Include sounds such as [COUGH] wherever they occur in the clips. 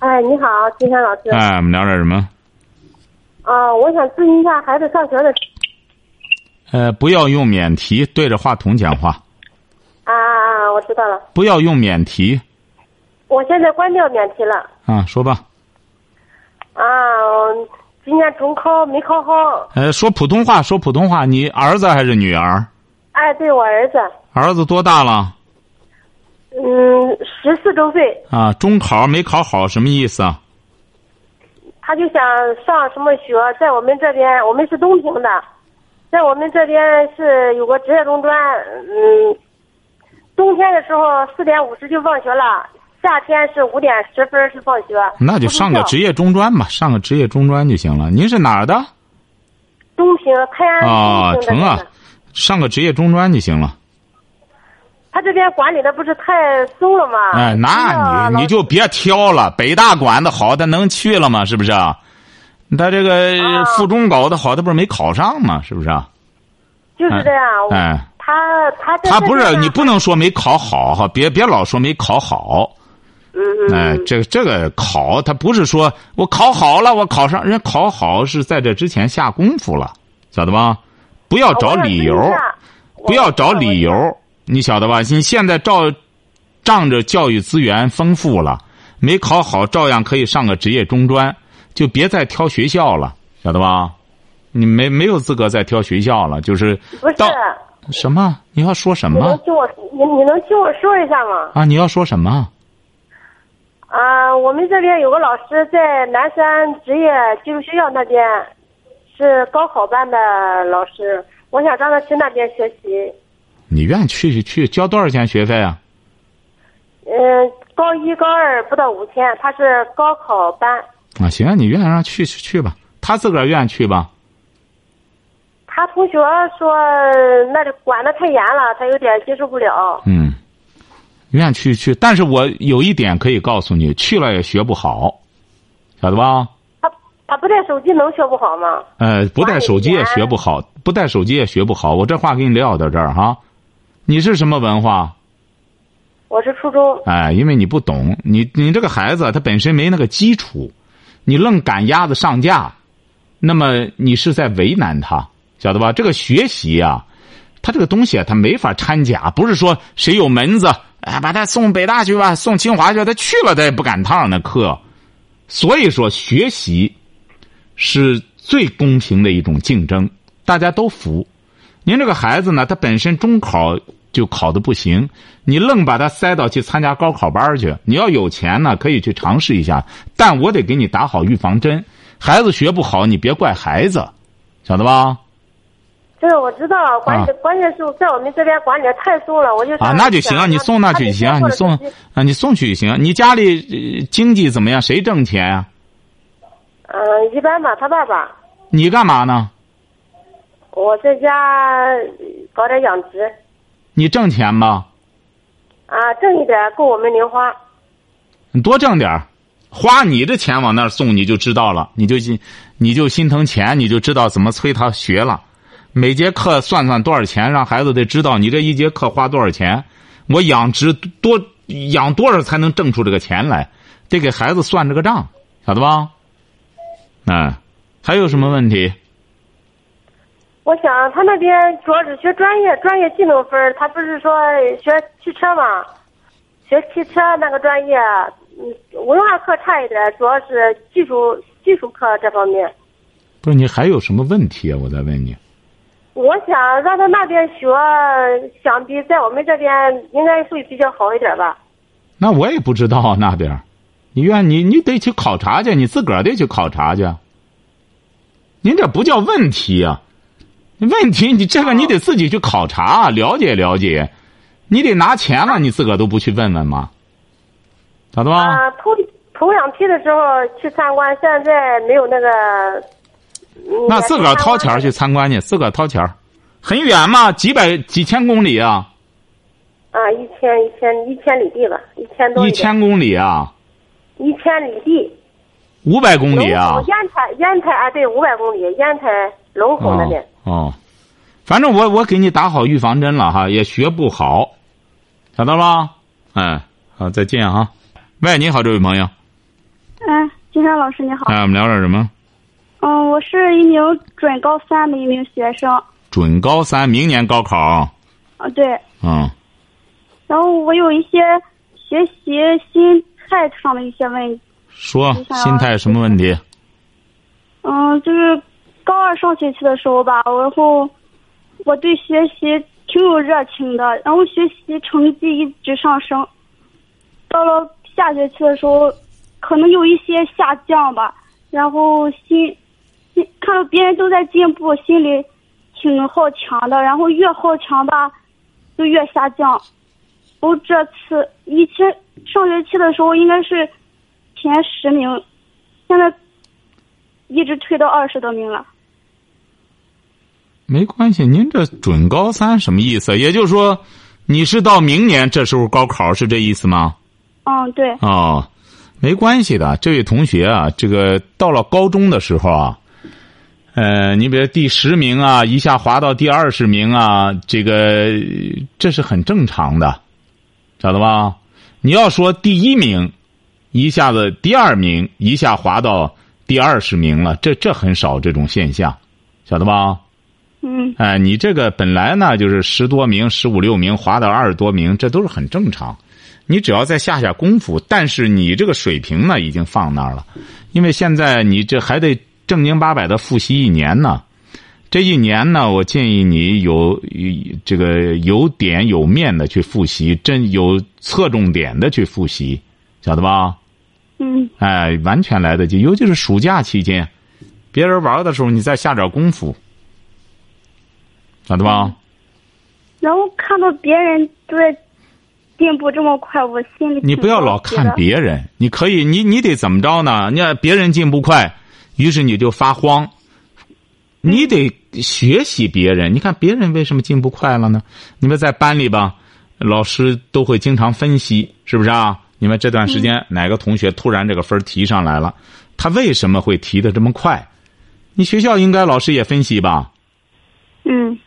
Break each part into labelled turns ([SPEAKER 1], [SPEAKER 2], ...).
[SPEAKER 1] 哎，你好，金山老师。
[SPEAKER 2] 哎，我们聊点什么？
[SPEAKER 1] 啊，我想咨询一下孩子上学的事
[SPEAKER 2] 呃，不要用免提，对着话筒讲话，
[SPEAKER 1] 啊啊啊！我知道了，
[SPEAKER 2] 不要用免提
[SPEAKER 1] 我现在关掉免提了。
[SPEAKER 2] 啊，说吧。
[SPEAKER 1] 啊，我今年中考没考好。
[SPEAKER 2] 呃，说普通话，说普通话。你儿子还是女儿？
[SPEAKER 1] 哎，对我儿子，
[SPEAKER 2] 儿子多大了？
[SPEAKER 1] 嗯，十四周岁，
[SPEAKER 2] 啊，中考没考好，什么意思啊？
[SPEAKER 1] 他就想上什么学，在我们这边，我们是东平的，在我们这边是有个职业中专，嗯，冬天的时候四点五十就放学了，夏天是五点十分是放学。
[SPEAKER 2] 那就上个职业中专吧，上个职业中专就行了。您是哪儿的？
[SPEAKER 1] 东平泰安
[SPEAKER 2] 啊，
[SPEAKER 1] 东平的
[SPEAKER 2] 成
[SPEAKER 1] 那
[SPEAKER 2] 啊
[SPEAKER 1] 个，
[SPEAKER 2] 上个职业中专就行了。
[SPEAKER 1] 他这边管理的不是太松了吗？
[SPEAKER 2] 哎，那
[SPEAKER 1] 啊
[SPEAKER 2] 你你就别挑了，北大管的好，他能去了吗？是不是啊？他这个
[SPEAKER 1] 啊
[SPEAKER 2] 附中搞得好，他不是没考上吗？是不是啊？
[SPEAKER 1] 就是这样。啊我
[SPEAKER 2] 哎，
[SPEAKER 1] 他他在
[SPEAKER 2] 他不
[SPEAKER 1] 这
[SPEAKER 2] 是
[SPEAKER 1] 边
[SPEAKER 2] 你不能说没考好哈，别别老说没考好。
[SPEAKER 1] 嗯嗯
[SPEAKER 2] 哎，这个这个考，他不是说我考好了，我考上，人家考好是在这之前下功夫了，晓得吧？不要找理由，不要找理。
[SPEAKER 1] 我想咨询一下我
[SPEAKER 2] 由，你晓得吧？你现在照，仗着教育资源丰富了，没考好照样可以上个职业中专，就别再挑学校了，晓得吧？你没没有资格再挑学校了，就是
[SPEAKER 1] 不是
[SPEAKER 2] 到，什么？你要说什
[SPEAKER 1] 你能
[SPEAKER 2] 么
[SPEAKER 1] 听我你你能听我说一下吗？
[SPEAKER 2] 啊？你要说什么？
[SPEAKER 1] 啊，我们这边有个老师在南山职业技术学校那边是高考班的老师，我想让他去那边学习。
[SPEAKER 2] 你愿意去去去交多少钱学费啊？
[SPEAKER 1] 嗯，高一高二不到五千，他是高考班，
[SPEAKER 2] 啊，行，你愿意让去去去吧，他自个儿愿意去吧。
[SPEAKER 1] 他同学说那里管的太严了，他有点接受不了。
[SPEAKER 2] 嗯，愿意去去，但是我有一点可以告诉你，去了也学不好，晓得吧？
[SPEAKER 1] 他他不带手机能学不好吗？
[SPEAKER 2] 呃，不带手机也学不好，不带手机也学不好。我这话给你撂到这儿哈、你是什么文化？
[SPEAKER 1] 我是初中，
[SPEAKER 2] 哎，因为你不懂，你你这个孩子他本身没那个基础，你愣赶鸭子上架，那么你是在为难他，晓得吧？这个学习啊，他这个东西啊，他没法掺假，不是说谁有门子，哎，把他送北大去吧，送清华去，他去了他也不赶趟儿那课，所以说学习是最公平的一种竞争，大家都服。您这个孩子呢，他本身中考就考的不行，你愣把他塞到去参加高考班儿去，你要有钱呢，可以去尝试一下，但我得给你打好预防针。孩子学不好，你别怪孩子，晓得吧？
[SPEAKER 1] 这个我知道，管理、关键是在我们这边管理的太松了，我就
[SPEAKER 2] 啊啊，那就行啊，你送那去就行啊，你送啊，你送去就行啊。你家里、呃经济怎么样？谁挣钱啊？
[SPEAKER 1] 嗯、一般吧，他爸爸，
[SPEAKER 2] 你干嘛呢？
[SPEAKER 1] 我在家搞点养殖
[SPEAKER 2] 你挣钱吗？
[SPEAKER 1] 啊，挣一点够我们零花。
[SPEAKER 2] 你多挣点儿花你的钱往那儿送，你就知道了，你就心你就心疼钱，你就知道怎么催他学了。每节课算算多少钱，让孩子得知道你这一节课花多少钱，我养殖多养多少才能挣出这个钱来，得给孩子算这个账，晓得吧？嗯，还有什么问题？
[SPEAKER 1] 我想他那边主要是学专业，专业技能分儿，他不是说学汽车嘛，学汽车那个专业，嗯，文化课差一点，主要是技术技术课这方面。
[SPEAKER 2] 不是你还有什么问题啊？我再问你。
[SPEAKER 1] 我想让他那边学，想必在我们这边应该会比较好一点吧。
[SPEAKER 2] 那我也不知道那边儿，你愿你你得去考察去，你自个儿得去考察去。您这不叫问题啊，问题你这个你得自己去考察了解了解，你得拿钱了，你自个儿都不去问问吗？咋的吧？
[SPEAKER 1] 啊，头童养批的时候去参观，现在没有那个。嗯
[SPEAKER 2] 那自个儿掏钱儿。去参观去，自个儿掏钱儿，很远吗？几百几千公里啊，
[SPEAKER 1] 啊，一千一千一千里地吧，一千多
[SPEAKER 2] 一
[SPEAKER 1] 点
[SPEAKER 2] 千公里啊，
[SPEAKER 1] 一千里地。
[SPEAKER 2] 五百公里
[SPEAKER 1] 龙
[SPEAKER 2] 啊
[SPEAKER 1] 口，烟台烟台啊，对，五百公里，烟台龙口那边
[SPEAKER 2] 哦。哦，反正我我给你打好预防针了哈，也学不好，晓得吧？哎，好，再见哈。喂，你好，这位朋友，
[SPEAKER 3] 嗯，金山老师你好。
[SPEAKER 2] 哎，我们聊点什么？
[SPEAKER 3] 嗯，我是一名准高三的一名学生。
[SPEAKER 2] 准高三，明年高考，
[SPEAKER 3] 啊，对。
[SPEAKER 2] 嗯，
[SPEAKER 3] 然后我有一些学习心态上的一些问题。
[SPEAKER 2] 说
[SPEAKER 3] 你想
[SPEAKER 1] 啊
[SPEAKER 2] 心态什么问题？
[SPEAKER 3] 嗯，就是高二上学期的时候吧，然后我对学习挺有热情的，然后学习成绩一直上升。到了下学期的时候，可能有一些下降吧，然后心心看到别人都在进步，心里挺好强的，然后越好强吧，就越下降。我这次以前上学期的时候应该是前十名，现在一直退到二十多名了。
[SPEAKER 2] 没关系，您这准高三什么意思？也就是说，你是到明年这时候高考是这意思吗？
[SPEAKER 3] 嗯，对，
[SPEAKER 2] 哦，没关系的，这位同学啊，这个到了高中的时候啊，呃，你比如第十名啊，一下滑到第二十名啊，这个这是很正常的，晓得吧？你要说第一名，一下子第二名一下滑到第二十名了，这这很少这种现象，晓得吧？
[SPEAKER 3] 嗯
[SPEAKER 2] 哎，你这个本来呢就是十多名、十五六名滑到二十多名，这都是很正常。你只要再下下功夫，但是你这个水平呢已经放那儿了，因为现在你这还得正经八百的复习一年呢。这一年呢，我建议你有有这个有点有面的去复习，真有侧重点的去复习，晓得吧？
[SPEAKER 3] 嗯
[SPEAKER 2] 哎，完全来得及，尤其是暑假期间，别人玩的时候，你再下点功夫，晓得吧？
[SPEAKER 3] 然后看到别人都在进步这么快，我心里
[SPEAKER 2] 你
[SPEAKER 3] 挺
[SPEAKER 2] 不要
[SPEAKER 3] 着
[SPEAKER 2] 老
[SPEAKER 3] 急
[SPEAKER 2] 看
[SPEAKER 3] 的
[SPEAKER 2] 别人，你可以，你你得怎么着呢？你看别人进步快，于是你就发慌。你得学习别人，你看别人为什么进步快了呢？你们在班里吧，老师都会经常分析，是不是啊？你们这段时间哪个同学突然这个分儿提上来了，他为什么会提的这么快？你学校应该老师也分析吧？
[SPEAKER 3] 嗯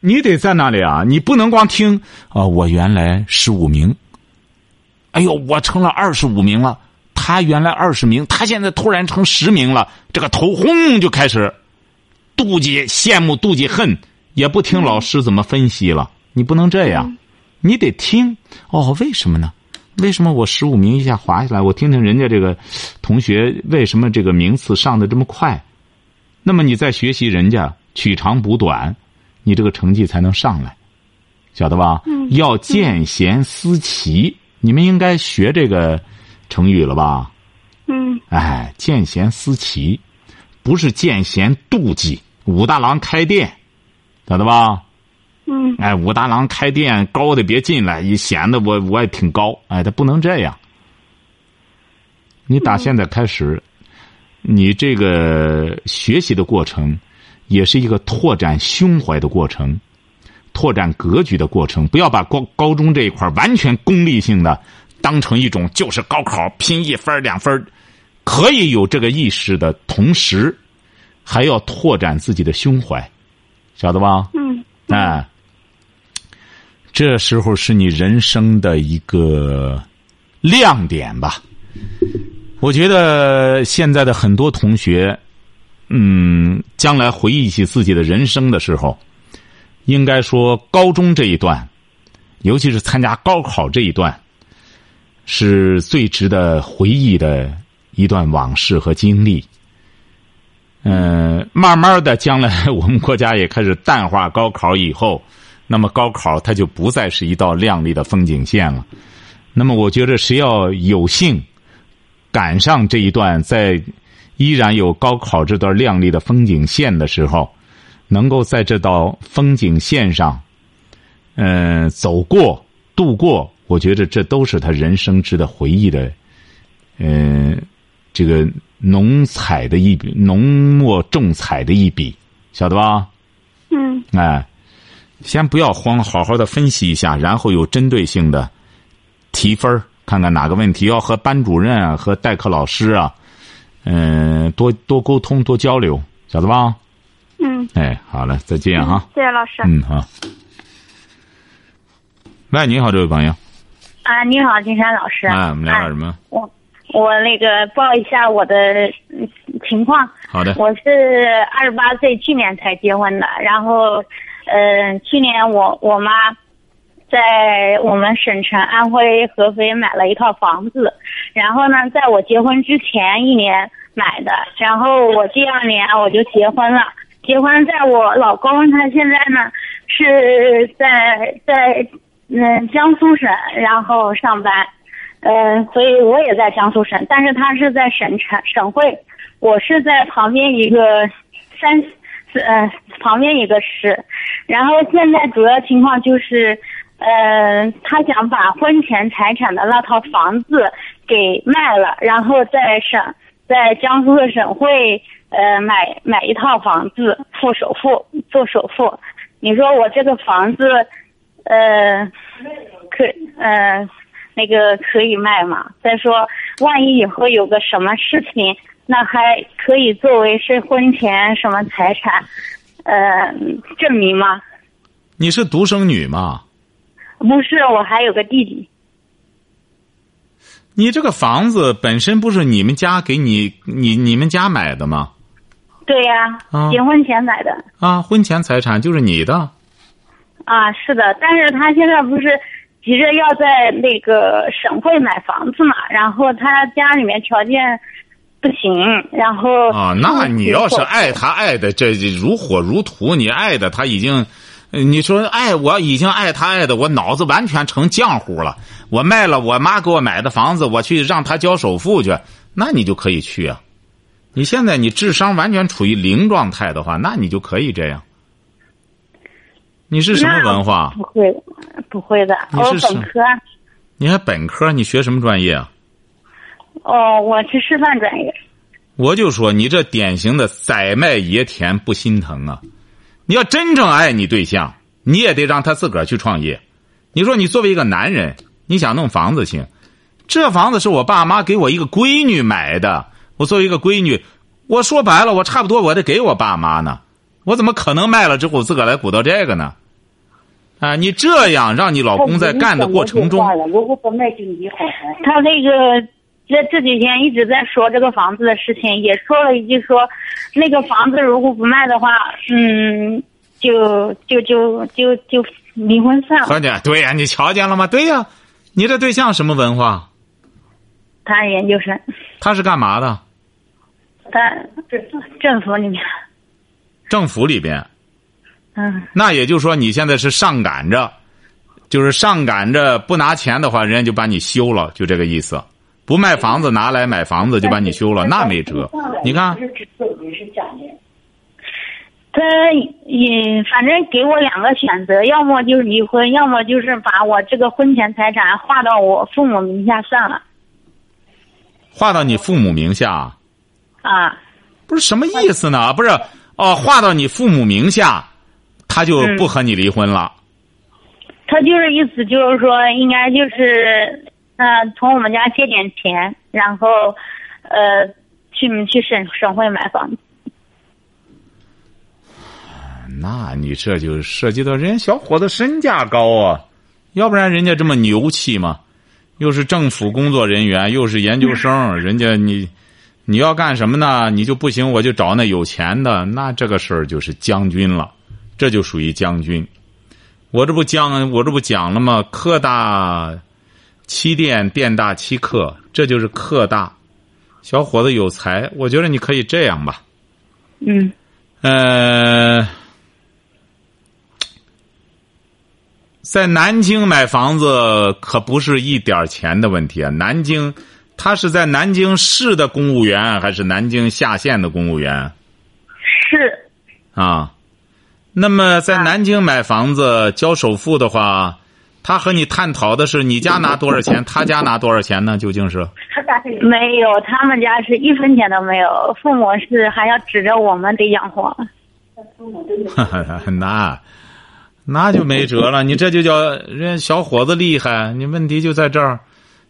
[SPEAKER 2] 你得在那里啊，你不能光听啊、我原来十五名，哎呦，我成了二十五名了。他原来二十名，他现在突然成十名了，这个头轰就开始妒忌、羡慕、妒忌、恨，也不听老师怎么分析了。你不能这样，你得听哦。为什么呢？为什么我十五名一下滑下来？我听听人家这个同学为什么这个名次上的这么快？那么你再学习人家，取长补短，你这个成绩才能上来，晓得吧？
[SPEAKER 3] 嗯
[SPEAKER 2] 要见贤思齐，你们应该学这个成语了吧？
[SPEAKER 3] 嗯
[SPEAKER 2] 哎，见贤思齐，不是见贤妒忌。武大郎开店，晓得吧？
[SPEAKER 3] 嗯
[SPEAKER 2] 哎，武大郎开店，高的别进来，也显得我我也挺高。哎，他不能这样。你
[SPEAKER 3] 嗯
[SPEAKER 2] 打现在开始，你这个学习的过程，也是一个拓展胸怀的过程，拓展格局的过程。不要把高高中这一块完全功利性的当成一种就是高考拼一分儿两分儿，可以有这个意识的同时，还要拓展自己的胸怀，晓得吧？
[SPEAKER 3] 嗯
[SPEAKER 2] 哎，这时候是你人生的一个亮点吧。我觉得现在的很多同学，嗯，将来回忆起自己的人生的时候，应该说高中这一段，尤其是参加高考这一段，是最值得回忆的一段往事和经历。嗯，慢慢的，将来我们国家也开始淡化高考以后，那么高考它就不再是一道亮丽的风景线了。那么，我觉得谁要有幸赶上这一段，在依然有高考这段亮丽的风景线的时候，能够在这道风景线上，呃嗯，走过、度过，我觉得这都是他人生值得回忆的呃，这个浓彩的一笔，浓墨重彩的一笔，晓得吧？
[SPEAKER 3] 嗯
[SPEAKER 2] 哎，先不要慌，好好的分析一下，然后有针对性的提分儿看看哪个问题要和班主任啊、和代课老师啊，嗯、多多沟通、多交流，晓得吧？
[SPEAKER 3] 嗯，
[SPEAKER 2] 哎，好了，再见哈、
[SPEAKER 3] 谢谢老师。
[SPEAKER 2] 嗯，好。喂，你好，这位朋友。
[SPEAKER 4] 啊，你好，金山老师。
[SPEAKER 2] 哎，我们聊点什
[SPEAKER 4] 啊
[SPEAKER 2] 么？
[SPEAKER 4] 我我那个报一下我的嗯情况。
[SPEAKER 2] 好的，
[SPEAKER 4] 我是二十八岁，去年才结婚的。然后，呃，去年我我妈在我们省城安徽合肥买了一套房子，然后呢，在我结婚之前一年买的，然后我第二年我就结婚了。结婚在我老公他现在呢是在在嗯江苏省，然后上班。嗯，所以我也在江苏省，但是他是在省城省会，我是在旁边一个山，呃，旁边一个市。然后现在主要情况就是，呃，他想把婚前财产的那套房子给卖了，然后在省在江苏的省会，呃，买买一套房子付首付，做首付。你说我这个房子，呃，可呃，那个可以卖嘛？再说，万一以后有个什么事情，那还可以作为是婚前什么财产，呃，证明吗？
[SPEAKER 2] 你是独生女吗？
[SPEAKER 4] 不是，我还有个弟弟。
[SPEAKER 2] 你这个房子本身不是你们家给你你你们家买的吗？
[SPEAKER 4] 对呀、
[SPEAKER 2] 啊
[SPEAKER 4] 结婚前买的
[SPEAKER 2] 啊，婚前财产就是你的。
[SPEAKER 4] 啊，是的。但是他现在不是急着要在那个省会买房子嘛，然后他家里面条件不行，然 [LAUGHS] 后
[SPEAKER 2] 啊，那你要是
[SPEAKER 4] 嗯
[SPEAKER 2] 爱他爱的这这如火如荼，你爱的他已经，呃你说爱我已经爱他爱的我脑子完全成浆糊了。我卖了我妈给我买的房子，我去让他交首付去，那你就可以去啊。你现在你智商完全处于零状态的话，那你就可以这样。你是什么文化？
[SPEAKER 4] 不会，不会的，
[SPEAKER 2] 你
[SPEAKER 4] 我
[SPEAKER 2] 是什
[SPEAKER 4] 本科。
[SPEAKER 2] 你还本科？你学什么专业啊？
[SPEAKER 4] 哦，我是师范专业。
[SPEAKER 2] 我就说你这典型的宰卖爷田不心疼啊！你要真正爱你对象，你也得让他自个儿去创业。你说你作为一个男人，你想弄房子行？这房子是我爸妈给我一个闺女买的，我作为一个闺女，我说白了，我差不多我得给我爸妈呢，我怎么可能卖了之后自个儿来鼓捣这个呢？啊，你这样让你老公在干的过程中，
[SPEAKER 5] 如果不卖就离婚了。
[SPEAKER 4] 他那个这这几天一直在说这个房子的事情，也说了一句说，那个房子如果不卖的话，嗯，就就就就就离婚算了。
[SPEAKER 2] 和你对呀、你瞧见了吗？对呀、你这对象什么文化？
[SPEAKER 4] 他是研究生，
[SPEAKER 2] 他是干嘛的？
[SPEAKER 4] 他政府里面，
[SPEAKER 2] 政府里边，
[SPEAKER 4] 嗯，
[SPEAKER 2] 那也就是说你现在是上赶着，就是上赶着不拿钱的话，人家就把你休了，就这个意思。不卖房子拿来买房子就把你休了，那没辙。你看
[SPEAKER 5] 不，是指责你是假的。
[SPEAKER 4] 他也反正给我两个选择，要么就是离婚，要么就是把我这个婚前财产划到我父母名下算了
[SPEAKER 2] 划到你父母名下，
[SPEAKER 4] 啊。
[SPEAKER 2] 不是什么意思呢？不是哦，划到你父母名下，他就不和你离婚了。
[SPEAKER 4] 他就是意思就是说，应该就是，呃，从我们家借点钱，然后，呃，去去省省会买房子。
[SPEAKER 2] 那你这就涉及到人家小伙子身价高啊，要不然人家这么牛气吗？又是政府工作人员，又是研究生，人家你你要干什么呢？你就不行，我就找那有钱的，那这个事儿就是将军了，这就属于将军。我这不讲，我这不讲了吗？科大七电，电大七科，这就是科大。小伙子有才，我觉得你可以这样吧。
[SPEAKER 4] 嗯，
[SPEAKER 2] 呃，在南京买房子可不是一点儿钱的问题啊！南京，他是在南京市的公务员还是南京下县的公务员
[SPEAKER 4] 是，
[SPEAKER 2] 啊？那么在南京买房子交首付的话，他和你探讨的是你家拿多少钱，他家拿多少钱呢？究竟是？
[SPEAKER 5] 他咋是
[SPEAKER 4] 没有，他们家是一分钱都没有，父母是还要指着我们得养活。
[SPEAKER 5] 他父母真的
[SPEAKER 2] [LAUGHS] 那，那就没辙了。你这就叫人家小伙子厉害。你问题就在这儿。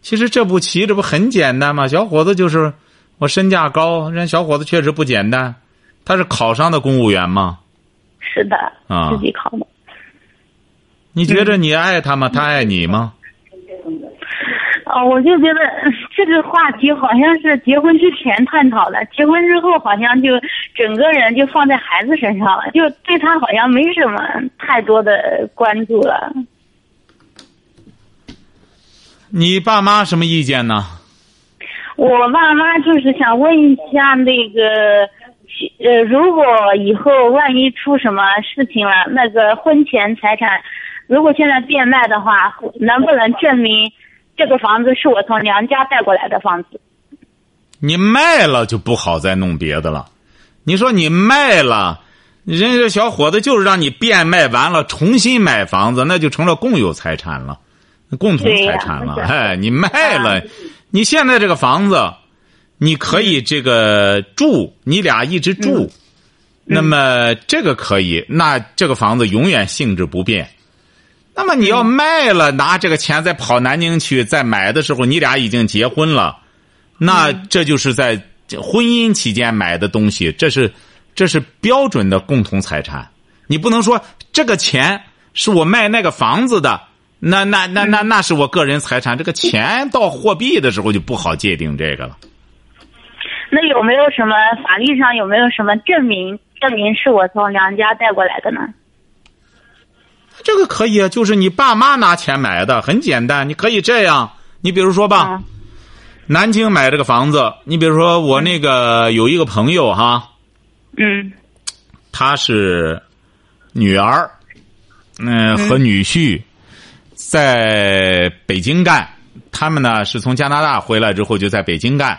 [SPEAKER 2] 其实这步棋这不很简单吗？小伙子就是我身价高，人家小伙子确实不简单。他是考上的公务员吗？
[SPEAKER 4] 是的，
[SPEAKER 2] 啊
[SPEAKER 4] 自己考的。
[SPEAKER 2] 你觉着你爱他吗？他爱你吗？
[SPEAKER 4] 哦，我就觉得嗯这个话题好像是结婚之前探讨的，结婚之后好像就整个人就放在孩子身上了，就对他好像没什么太多的关注了。
[SPEAKER 2] 你爸妈什么意见呢？
[SPEAKER 4] 我爸妈就是想问一下那个，呃，如果以后万一出什么事情了，那个婚前财产，如果现在变卖的话，能不能证明这个房子是我从娘家带过来的房子？
[SPEAKER 2] 你卖了就不好再弄别的了。你说你卖了，人家这小伙子就是让你变卖完了重新买房子，那就成了共有财产了，共同财产了。
[SPEAKER 4] 对呀啊
[SPEAKER 2] 哎，你卖了，你现在这个房子，你可
[SPEAKER 4] 嗯
[SPEAKER 2] 以这个住，你俩一直住，
[SPEAKER 4] 嗯
[SPEAKER 2] 那么这个可以，那这个房子永远性质不变。那么你
[SPEAKER 4] 嗯
[SPEAKER 2] 要卖了，拿这个钱再跑南京去再买的时候，你俩已经结婚了。那这就是在婚姻期间买的东西，这是这是标准的共同财产。你不能说这个钱是我卖那个房子的，那那那那那是我个人财产。这个钱到货币的时候就不好界定这个了。
[SPEAKER 4] 那有没有什么法律上有没有什么证明证明是我从娘家带过来的呢？
[SPEAKER 2] 这个可以啊，就是你爸妈拿钱买的，很简单。你可以这样，你比如说吧，
[SPEAKER 4] 嗯
[SPEAKER 2] 南京买这个房子，你比如说我那个有一个朋友哈，
[SPEAKER 4] 嗯
[SPEAKER 2] 她是女儿，嗯、和女婿在北京干。他们呢是从加拿大回来之后就在北京干，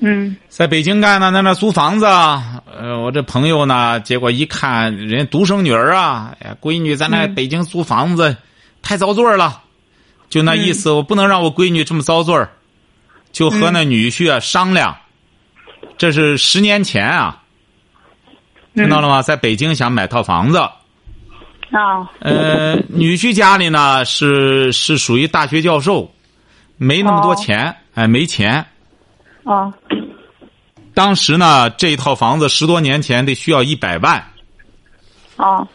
[SPEAKER 4] 嗯
[SPEAKER 2] 在北京干呢，在那租房子啊。呃，我这朋友呢，结果一看人家独生女儿啊，哎呀闺女在那北京租房子、太遭罪儿了，就那意思，我不能让我闺女这么遭罪儿就和那女婿啊、商量，这是十年前啊，听到了吗？在北京想买套房子，
[SPEAKER 4] 啊、
[SPEAKER 2] 呃，女婿家里呢是是属于大学教授，没那么多
[SPEAKER 4] 哦
[SPEAKER 2] 钱，哎，没钱。
[SPEAKER 4] 哦
[SPEAKER 2] 当时呢，这一套房子十多年前得需要一百万。
[SPEAKER 4] 哦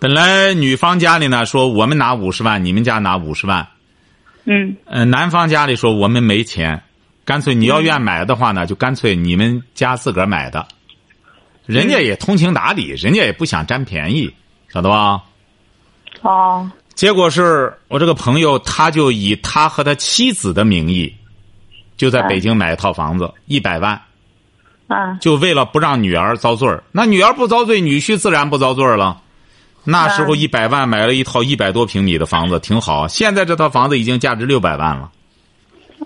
[SPEAKER 2] 本来女方家里呢说我们拿五十万，你们家拿五十万。
[SPEAKER 4] 嗯
[SPEAKER 2] 呃，男方家里说我们没钱，干脆你要愿
[SPEAKER 4] 嗯
[SPEAKER 2] 买的话呢，就干脆你们家自个儿买的。人
[SPEAKER 4] 嗯
[SPEAKER 2] 家也通情达理，人家也不想占便宜，晓得吧？
[SPEAKER 4] 哦
[SPEAKER 2] 结果是我这个朋友，他就以他和他妻子的名义，就在北京买一套房子，一百万，
[SPEAKER 4] 啊
[SPEAKER 2] 就为了不让女儿遭罪儿。那女儿不遭罪，女婿自然不遭罪儿了。那时候
[SPEAKER 4] 嗯
[SPEAKER 2] 一百万买了一套一百多平米的房子，挺好。啊现在这套房子已经价值六百万了，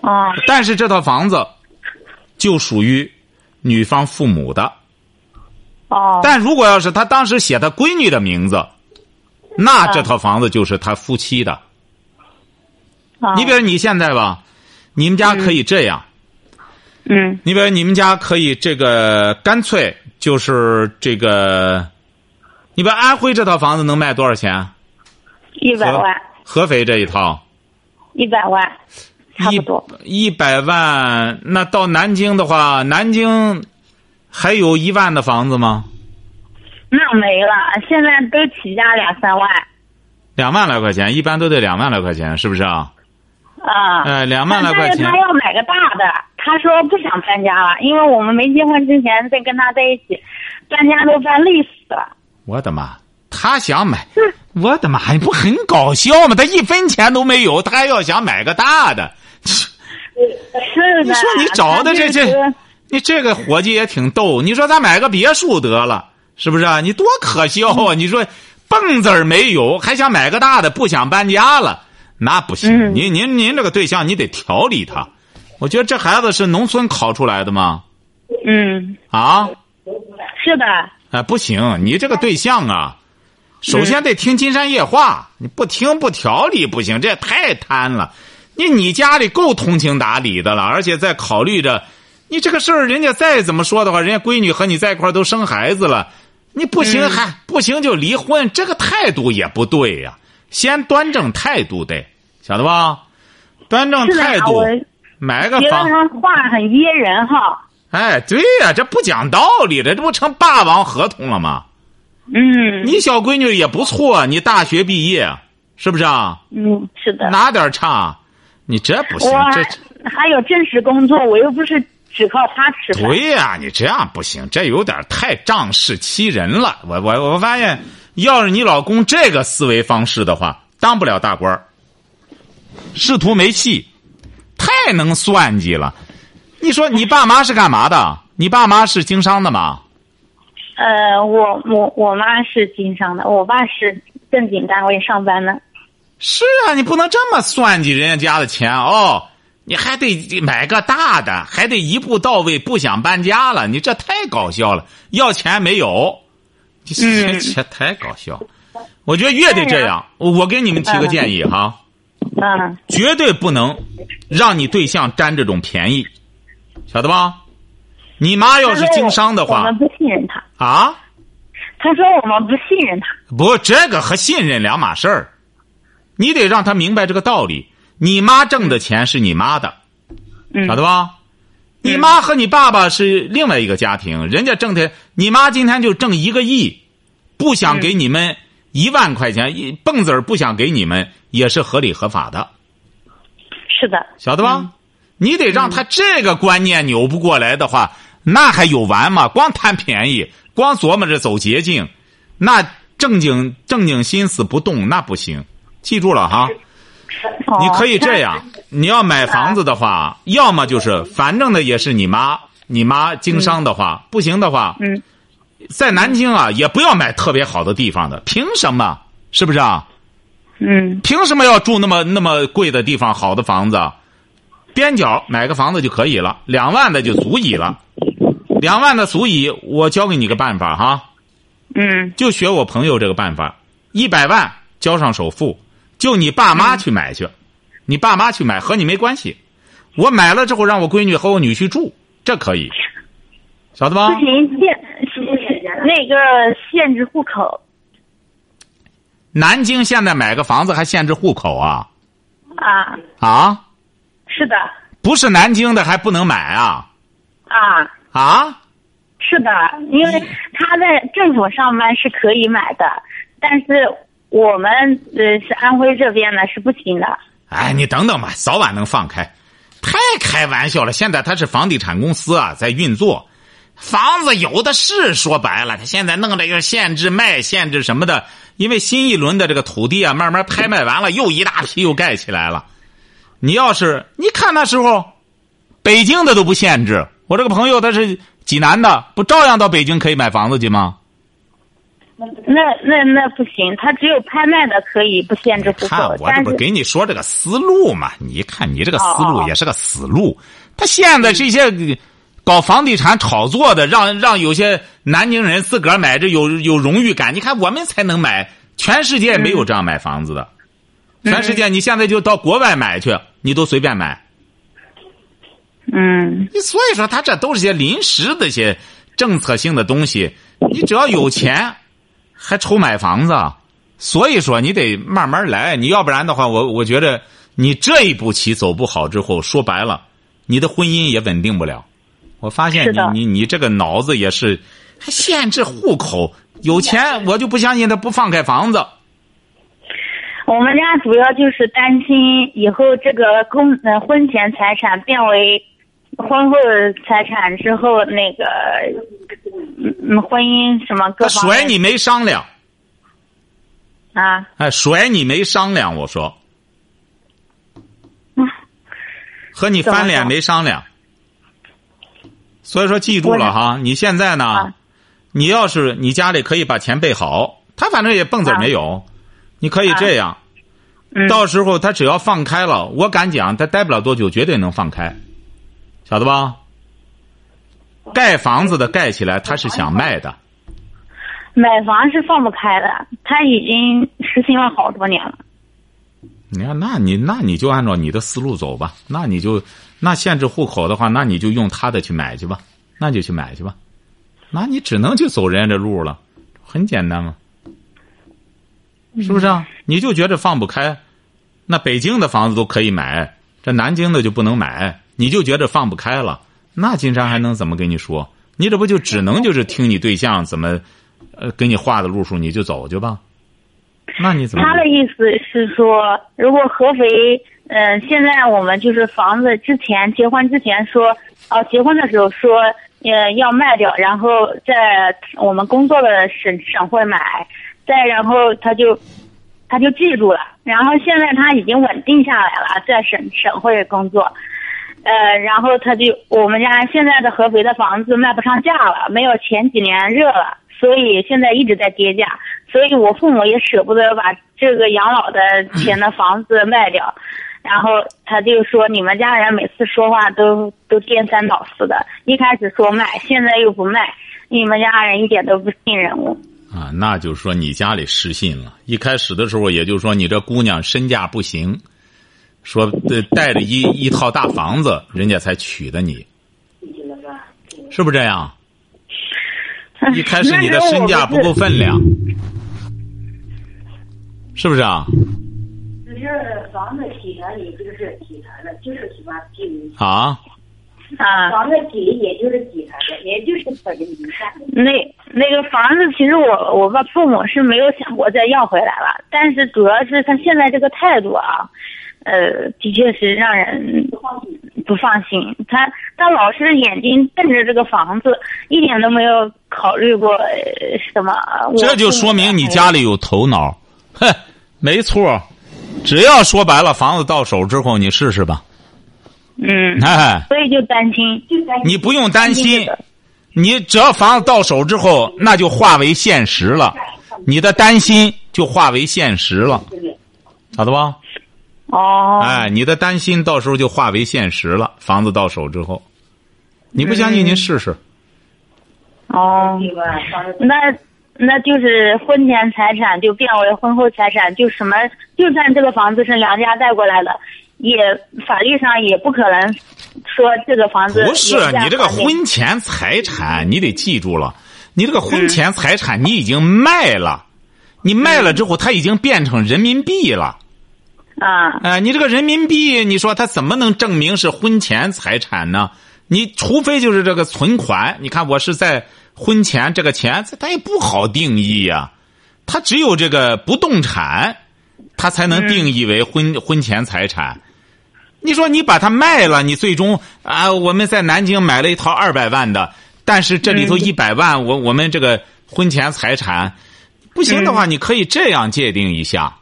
[SPEAKER 4] 哦
[SPEAKER 2] 但是这套房子就属于女方父母的。
[SPEAKER 4] 哦
[SPEAKER 2] 但如果要是他当时写他闺女的名字，那这套房子就是他夫妻的。
[SPEAKER 4] 哦
[SPEAKER 2] 你比如你现在吧，你们家可以这样，
[SPEAKER 4] 嗯
[SPEAKER 2] 你比如你们家可以这个干脆就是这个，你比如安徽这套房子能卖多少钱？
[SPEAKER 4] 一百万。
[SPEAKER 2] 合肥这一套
[SPEAKER 4] 一百万，差不多。
[SPEAKER 2] 一百万，那到南京的话，南京还有一万的房子吗？
[SPEAKER 4] 那没了，现在都起价两三万
[SPEAKER 2] 两万来块钱，一般都得两万来块钱，是不是啊？
[SPEAKER 4] 啊。
[SPEAKER 2] 哎，两万来块钱
[SPEAKER 4] 但是他要买个大的，他说不想搬家了，因为我们没结婚之前在跟他在一起，搬家都搬累死了。
[SPEAKER 2] 我的妈！他想买，我的妈！你不很搞笑吗？他一分钱都没有，他还要想买个大的。 [LAUGHS]
[SPEAKER 4] 是的。
[SPEAKER 2] 你说你找的这
[SPEAKER 4] 他就是
[SPEAKER 2] 这，你这个伙计也挺逗。你说咱买个别墅得了，是不是啊？你多可笑啊！
[SPEAKER 4] 嗯
[SPEAKER 2] 你说蹦子儿没有，还想买个大的，不想搬家了，那不行。
[SPEAKER 4] 嗯
[SPEAKER 2] 您您您这个对象，你得调理他。我觉得这孩子是农村考出来的吗？
[SPEAKER 4] 嗯，
[SPEAKER 2] 啊，
[SPEAKER 4] 是的，
[SPEAKER 2] 哎，不行，你这个对象啊，首先得听金山夜话，你不听不条理不行，这也太贪了。你你家里够通情达理的了，而且在考虑着，你这个事儿，人家再怎么说的话，人家闺女和你在一块儿都生孩子了，你不
[SPEAKER 4] 嗯
[SPEAKER 2] 行还、不行就离婚，这个态度也不对呀、先端正态度得，晓得吧？端正
[SPEAKER 4] 是的
[SPEAKER 2] 态
[SPEAKER 4] 呀，
[SPEAKER 2] 度
[SPEAKER 4] 我，
[SPEAKER 2] 买个
[SPEAKER 4] 觉得
[SPEAKER 2] 房。
[SPEAKER 4] 他话很噎人哈。
[SPEAKER 2] 哎，对呀、这不讲道理了，这不成霸王合同了吗？
[SPEAKER 4] [LAUGHS] 嗯
[SPEAKER 2] 你小闺女也不错，你大学毕业，是不是啊？
[SPEAKER 4] 嗯，是的。
[SPEAKER 2] 哪点差？你这不行
[SPEAKER 4] 我，
[SPEAKER 2] 这
[SPEAKER 4] 还还有正式工作，我又不是只靠他吃饭。
[SPEAKER 2] 对呀、你这样不行，这有点太仗势欺人了。我我我发现，要是你老公这个思维方式的话，当不了大官儿仕途没戏，太能算计了。你说你爸妈是干嘛的？你爸妈是经商的吗？
[SPEAKER 4] 呃，我我我妈是经商的，我爸是正经单位上班的。
[SPEAKER 2] 是啊，你不能这么算计人家家的钱哦，你还得买个大的，还得一步到位，不想搬家了，你这太搞笑了。要钱没有，这这
[SPEAKER 4] 嗯
[SPEAKER 2] 这太搞笑。我觉得越得这样，
[SPEAKER 4] 哎
[SPEAKER 2] 我给你们提个建议哈，
[SPEAKER 4] 嗯
[SPEAKER 2] 绝对不能让你对象占这种便宜，晓得吧？你妈要是经商的
[SPEAKER 4] 我
[SPEAKER 2] 话
[SPEAKER 4] 们不信任他。
[SPEAKER 2] 啊，
[SPEAKER 4] 他说我们不信任他。
[SPEAKER 2] 不，这个和信任两码事儿，你得让他明白这个道理。你妈挣的钱是你妈的，
[SPEAKER 4] 嗯
[SPEAKER 2] 晓得吧？你妈和你爸爸是另外一个家庭，人家挣的，你妈今天就挣一个亿，不想给你们一万块钱，一蹦子儿不想给你们，也是合理合法的，
[SPEAKER 4] 是的，
[SPEAKER 2] 晓得
[SPEAKER 4] 嗯
[SPEAKER 2] 吧？你得让他这个观念扭不过来的话，那还有完吗？光贪便宜，光琢磨着走捷径，那正经正经心思不动，那不行。记住了哈。
[SPEAKER 4] 哦嗯
[SPEAKER 2] 你可以这
[SPEAKER 4] [LAUGHS]
[SPEAKER 2] 样，你要买房子的话，要么就是反正的也是你妈，你妈经商的话，不行的话，
[SPEAKER 4] 嗯，
[SPEAKER 2] 在南京啊，也不要买特别好的地方的，凭什么？是不是啊？
[SPEAKER 4] 嗯
[SPEAKER 2] 凭什么要住那么那么贵的地方？好的房子，边角买个房子就可以了，两万的就足以了，两万的足以。我教给你个办法哈，
[SPEAKER 4] 嗯
[SPEAKER 2] 就学我朋友这个办法，一百万交上首付，就你爸妈去买去，你爸妈去买和你没关系。我买了之后让我闺女和我女婿住，这可以，晓得吧
[SPEAKER 4] 不？行，限那个限制户口
[SPEAKER 2] 南京现在买个房子还限制户口啊
[SPEAKER 4] 啊，
[SPEAKER 2] 啊！
[SPEAKER 4] 是的
[SPEAKER 2] 不是南京的还不能买啊
[SPEAKER 4] 啊，
[SPEAKER 2] 啊！
[SPEAKER 4] 是的，因为他在政府上班是可以买的，但是我们呃是安徽这边呢是不行的。
[SPEAKER 2] 哎，你等等吧，早晚能放开。太开玩笑了，现在他是房地产公司啊，在运作，房子有的是。说白了，他现在弄这个限制卖、限制什么的，因为新一轮的这个土地啊，慢慢拍卖完了，又一大批又盖起来了。你要是你看那时候，北京的都不限制，我这个朋友他是济南的，不照样到北京可以买房子去吗？
[SPEAKER 4] 那那那不行，他只有拍卖的可以不限制户
[SPEAKER 2] 看
[SPEAKER 4] 口，
[SPEAKER 2] 我这
[SPEAKER 4] 但
[SPEAKER 2] 不
[SPEAKER 4] 是
[SPEAKER 2] 是给你说这个思路嘛？你看你这个思
[SPEAKER 4] 哦哦
[SPEAKER 2] 路
[SPEAKER 4] 哦
[SPEAKER 2] 也是个死路。他现在这些搞房地产炒作的，让让有些南京人自个儿买着有有荣誉感。你看我们才能买，全世界
[SPEAKER 4] 嗯
[SPEAKER 2] 没有这样买房子的。全世界你现在就到国外买去，你都随便买。
[SPEAKER 4] 嗯
[SPEAKER 2] 你所以说，他这都是些临时的一些政策性的东西。你只要有钱，还愁买房子啊？所以说，你得慢慢来。你要不然的话，我我觉得你这一步棋走不好之后，说白了，你的婚姻也稳定不了。我发现
[SPEAKER 4] 是的
[SPEAKER 2] 你你你这个脑子也是，还限制户口。有钱我就不相信他不放开房子。
[SPEAKER 4] 我们家主要就是担心以后这个公呃婚前财产变为婚后财产之后，那个嗯嗯婚姻什么各
[SPEAKER 2] 他
[SPEAKER 4] 方
[SPEAKER 2] 甩
[SPEAKER 4] 面
[SPEAKER 2] 你没商量，
[SPEAKER 4] 啊，
[SPEAKER 2] 哎，甩你没商量。我说，
[SPEAKER 4] 嗯
[SPEAKER 2] 和你翻脸没商量。所以说，记住了哈，你现在呢，
[SPEAKER 4] 啊
[SPEAKER 2] 你要是你家里可以把钱备好，他反正也蹦子儿没有，你可以这样。
[SPEAKER 4] 啊嗯
[SPEAKER 2] 到时候他只要放开了，我敢讲，他待不了多久，绝对能放开，晓得
[SPEAKER 4] 哦
[SPEAKER 2] 吧？盖房子的盖起来，他是想卖的，
[SPEAKER 4] 买房是放不开的，他已经实行了好多年了。
[SPEAKER 2] 你看，那你那你就按照你的思路走吧。那你就那限制户口的话，那你就用他的去买去吧，那就去买去吧。那你只能去走人家这路了，很简单嘛，
[SPEAKER 4] 嗯
[SPEAKER 2] 是不是啊？你就觉着放不开，那北京的房子都可以买，这南京的就不能买，你就觉着放不开了。那金山还能怎么跟你说？你这不就只能就是听你对象怎么，呃，给你画的路数，你就走去吧。那你怎么？
[SPEAKER 4] 他的意思是说，如果合肥，嗯、现在我们就是房子之前结婚之前说，哦、结婚的时候说，呃，要卖掉，然后在我们工作的省省会买，再然后他就，他就记住了，然后现在他已经稳定下来了，在省省会工作，呃，然后他就我们家现在的合肥的房子卖不上价了，没有前几年热了，所以现在一直在跌价。所以我父母也舍不得把这个养老的钱的房子卖掉，然后他就说你们家人每次说话都都颠三倒四的，一开始说卖，现在又不卖，你们家人一点都不信任我。
[SPEAKER 2] 啊，那就是说你家里失信了。一开始的时候，也就是说你这姑娘身价不行，说呃带着一一套大房子，人家才娶的你，是不是这样？一开始你的身价不够分量，是不是啊？
[SPEAKER 5] 只是房子体坛也就是体坛的，就是什么地名。
[SPEAKER 2] 啊，
[SPEAKER 4] [LAUGHS] 啊，
[SPEAKER 5] 房子体也就是体坛的，也就是可人一下。
[SPEAKER 4] 那那个房子，其实我我爸父母是没有想过再要回来了，但是主要是他现在这个态度啊，呃，的确是让人不放心。他他老是眼睛瞪着这个房子，一点都没有考虑过呃什么。我
[SPEAKER 2] 这就说明你家里有头脑。哼，没错，只要说白了，房子到手之后，你试试吧。
[SPEAKER 4] 嗯，
[SPEAKER 2] 哎，
[SPEAKER 4] 所以就担心。
[SPEAKER 2] 你不用担
[SPEAKER 4] 担心
[SPEAKER 2] 心
[SPEAKER 4] 这个，
[SPEAKER 2] 你只要房子到手之后，那就化为现实了。你的担心就化为现实了，咋的吧？
[SPEAKER 4] 哦，
[SPEAKER 2] 哎，你的担心到时候就化为现实了。房子到手之后，你不相信您试试。
[SPEAKER 4] 哦，
[SPEAKER 5] 对吧？房子
[SPEAKER 4] 那那就是婚前财产就变为婚后财产，就什么，就算这个房子是娘家带过来的，也法律上也不可能说这个房子
[SPEAKER 2] 不是
[SPEAKER 4] 也在
[SPEAKER 2] 你这个
[SPEAKER 4] 法律
[SPEAKER 2] 婚前财产，你得记住了，你这个婚前财产你已经卖了，你卖了之后，它已经变成人民币了。
[SPEAKER 4] 啊，
[SPEAKER 2] 哎，你这个人民币，你说它怎么能证明是婚前财产呢？你除非就是这个存款，你看我是在婚前这个钱，它也不好定义呀、它只有这个不动产，它才
[SPEAKER 4] 嗯
[SPEAKER 2] 能定义为婚、婚前财产。你说你把它卖了，你最终啊，我们在南京买了一套二百万的，但是这里
[SPEAKER 4] 嗯
[SPEAKER 2] 头一百万，我我们这个婚前财产不行的话，
[SPEAKER 4] 嗯
[SPEAKER 2] 你可以这样界定一下，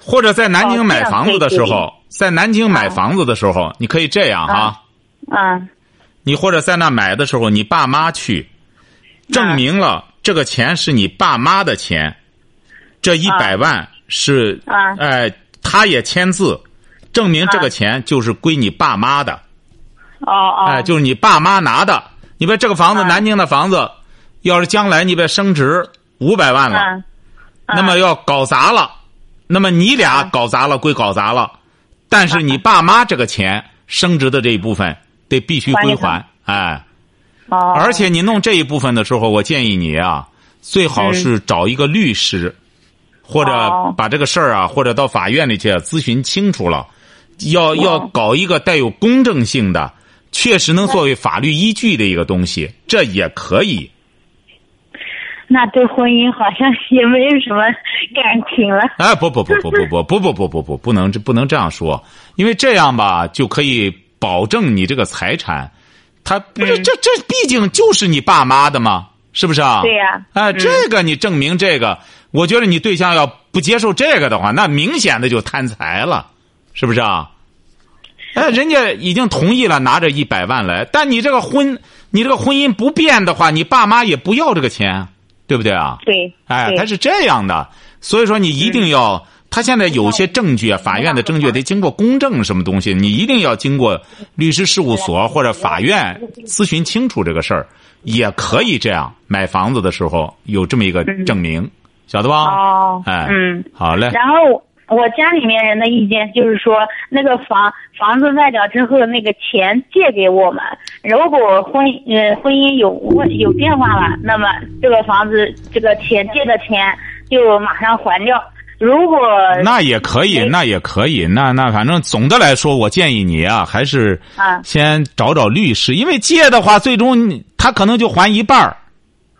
[SPEAKER 2] 或者在南
[SPEAKER 4] 哦这
[SPEAKER 2] 京
[SPEAKER 4] 样
[SPEAKER 2] 买房子的时
[SPEAKER 4] 可以界
[SPEAKER 2] 候，在南京买房子的时候，你可以这样哈、
[SPEAKER 4] 啊啊，
[SPEAKER 2] 你或者在那买的时候，你爸妈去，证明了这个钱是你爸妈的钱，这一百万是，
[SPEAKER 4] 啊
[SPEAKER 2] 哎，他也签字，证明这个钱就是归你爸妈的，
[SPEAKER 4] 哦哦，
[SPEAKER 2] 哎，就是你爸妈拿的。你别这个房子，
[SPEAKER 4] 啊
[SPEAKER 2] 南京的房子，要是将来你别升值五百万了，
[SPEAKER 4] 啊，啊
[SPEAKER 2] 那么要搞砸了，那么你俩搞砸了归搞砸了，但
[SPEAKER 4] 啊
[SPEAKER 2] 是你爸妈这个钱升值的这一部分得必须归
[SPEAKER 4] 还
[SPEAKER 2] 还，哎。
[SPEAKER 4] 哦，
[SPEAKER 2] 而且你弄这一部分的时候，我建议你啊，最好是找一个律师，或者
[SPEAKER 4] 哦
[SPEAKER 2] 把这个事儿啊，或者到法院里去咨询清楚了，要要搞一个带有公正性的，确实能作为法律依据的一个东西，这也可以。
[SPEAKER 4] 那对婚姻好像 [LAUGHS] 也没有什么感情了。 [LAUGHS]
[SPEAKER 2] 哎，不不不不不不不不不不不，不能这不能这样说，因为这样吧，就可以保证你这个财产，它不
[SPEAKER 4] 嗯
[SPEAKER 2] 是这这毕竟就是你爸妈的嘛，是不是啊？
[SPEAKER 4] 对呀
[SPEAKER 2] 哎，
[SPEAKER 4] 嗯
[SPEAKER 2] 这个你证明这个，我觉得你对象要不接受这个的话，那明显的就贪财了，是不是啊？哎，人家已经同意了，拿着一百万来，但你这个婚，你这个婚姻不变的话，你爸妈也不要这个钱，对不对啊？
[SPEAKER 4] 对，嗯
[SPEAKER 2] 哎，
[SPEAKER 4] 对
[SPEAKER 2] 他是这样的，所以说你一定要，他现在有些证据啊，法院的证据得经过公证什么东西，你一定要经过律师事务所或者法院咨询清楚这个事儿，也可以这样。买房子的时候有这么一个证明，晓得吧？
[SPEAKER 4] 嗯哦
[SPEAKER 2] 哎，
[SPEAKER 4] 嗯
[SPEAKER 2] 好嘞，
[SPEAKER 4] 然后我我家里面人的意见就是说，那个房房子卖掉之后，那个钱借给我们。如果婚呃婚姻有问有变化了，那么这个房子这个钱借的钱就马上还掉。如果
[SPEAKER 2] 那也可以，
[SPEAKER 4] 没
[SPEAKER 2] 那也可以，那那反正总的来说，我建议你啊，还是
[SPEAKER 4] 啊
[SPEAKER 2] 先找找律师，因为借的话，最终你他可能就还一半儿，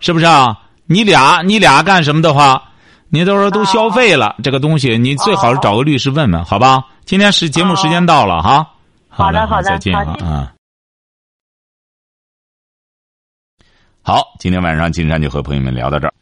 [SPEAKER 2] 是不是啊？你俩你俩干什么的话，你到时候都消费了，这个东西你最
[SPEAKER 4] 哦
[SPEAKER 2] 好是找个律师问问，好吧？今天是节目时间到了哈，
[SPEAKER 4] 好的
[SPEAKER 2] 嘞
[SPEAKER 4] 哦好的
[SPEAKER 2] 再见啊
[SPEAKER 4] 好谢谢
[SPEAKER 2] 啊。好，今天晚上金山就和朋友们聊到这儿。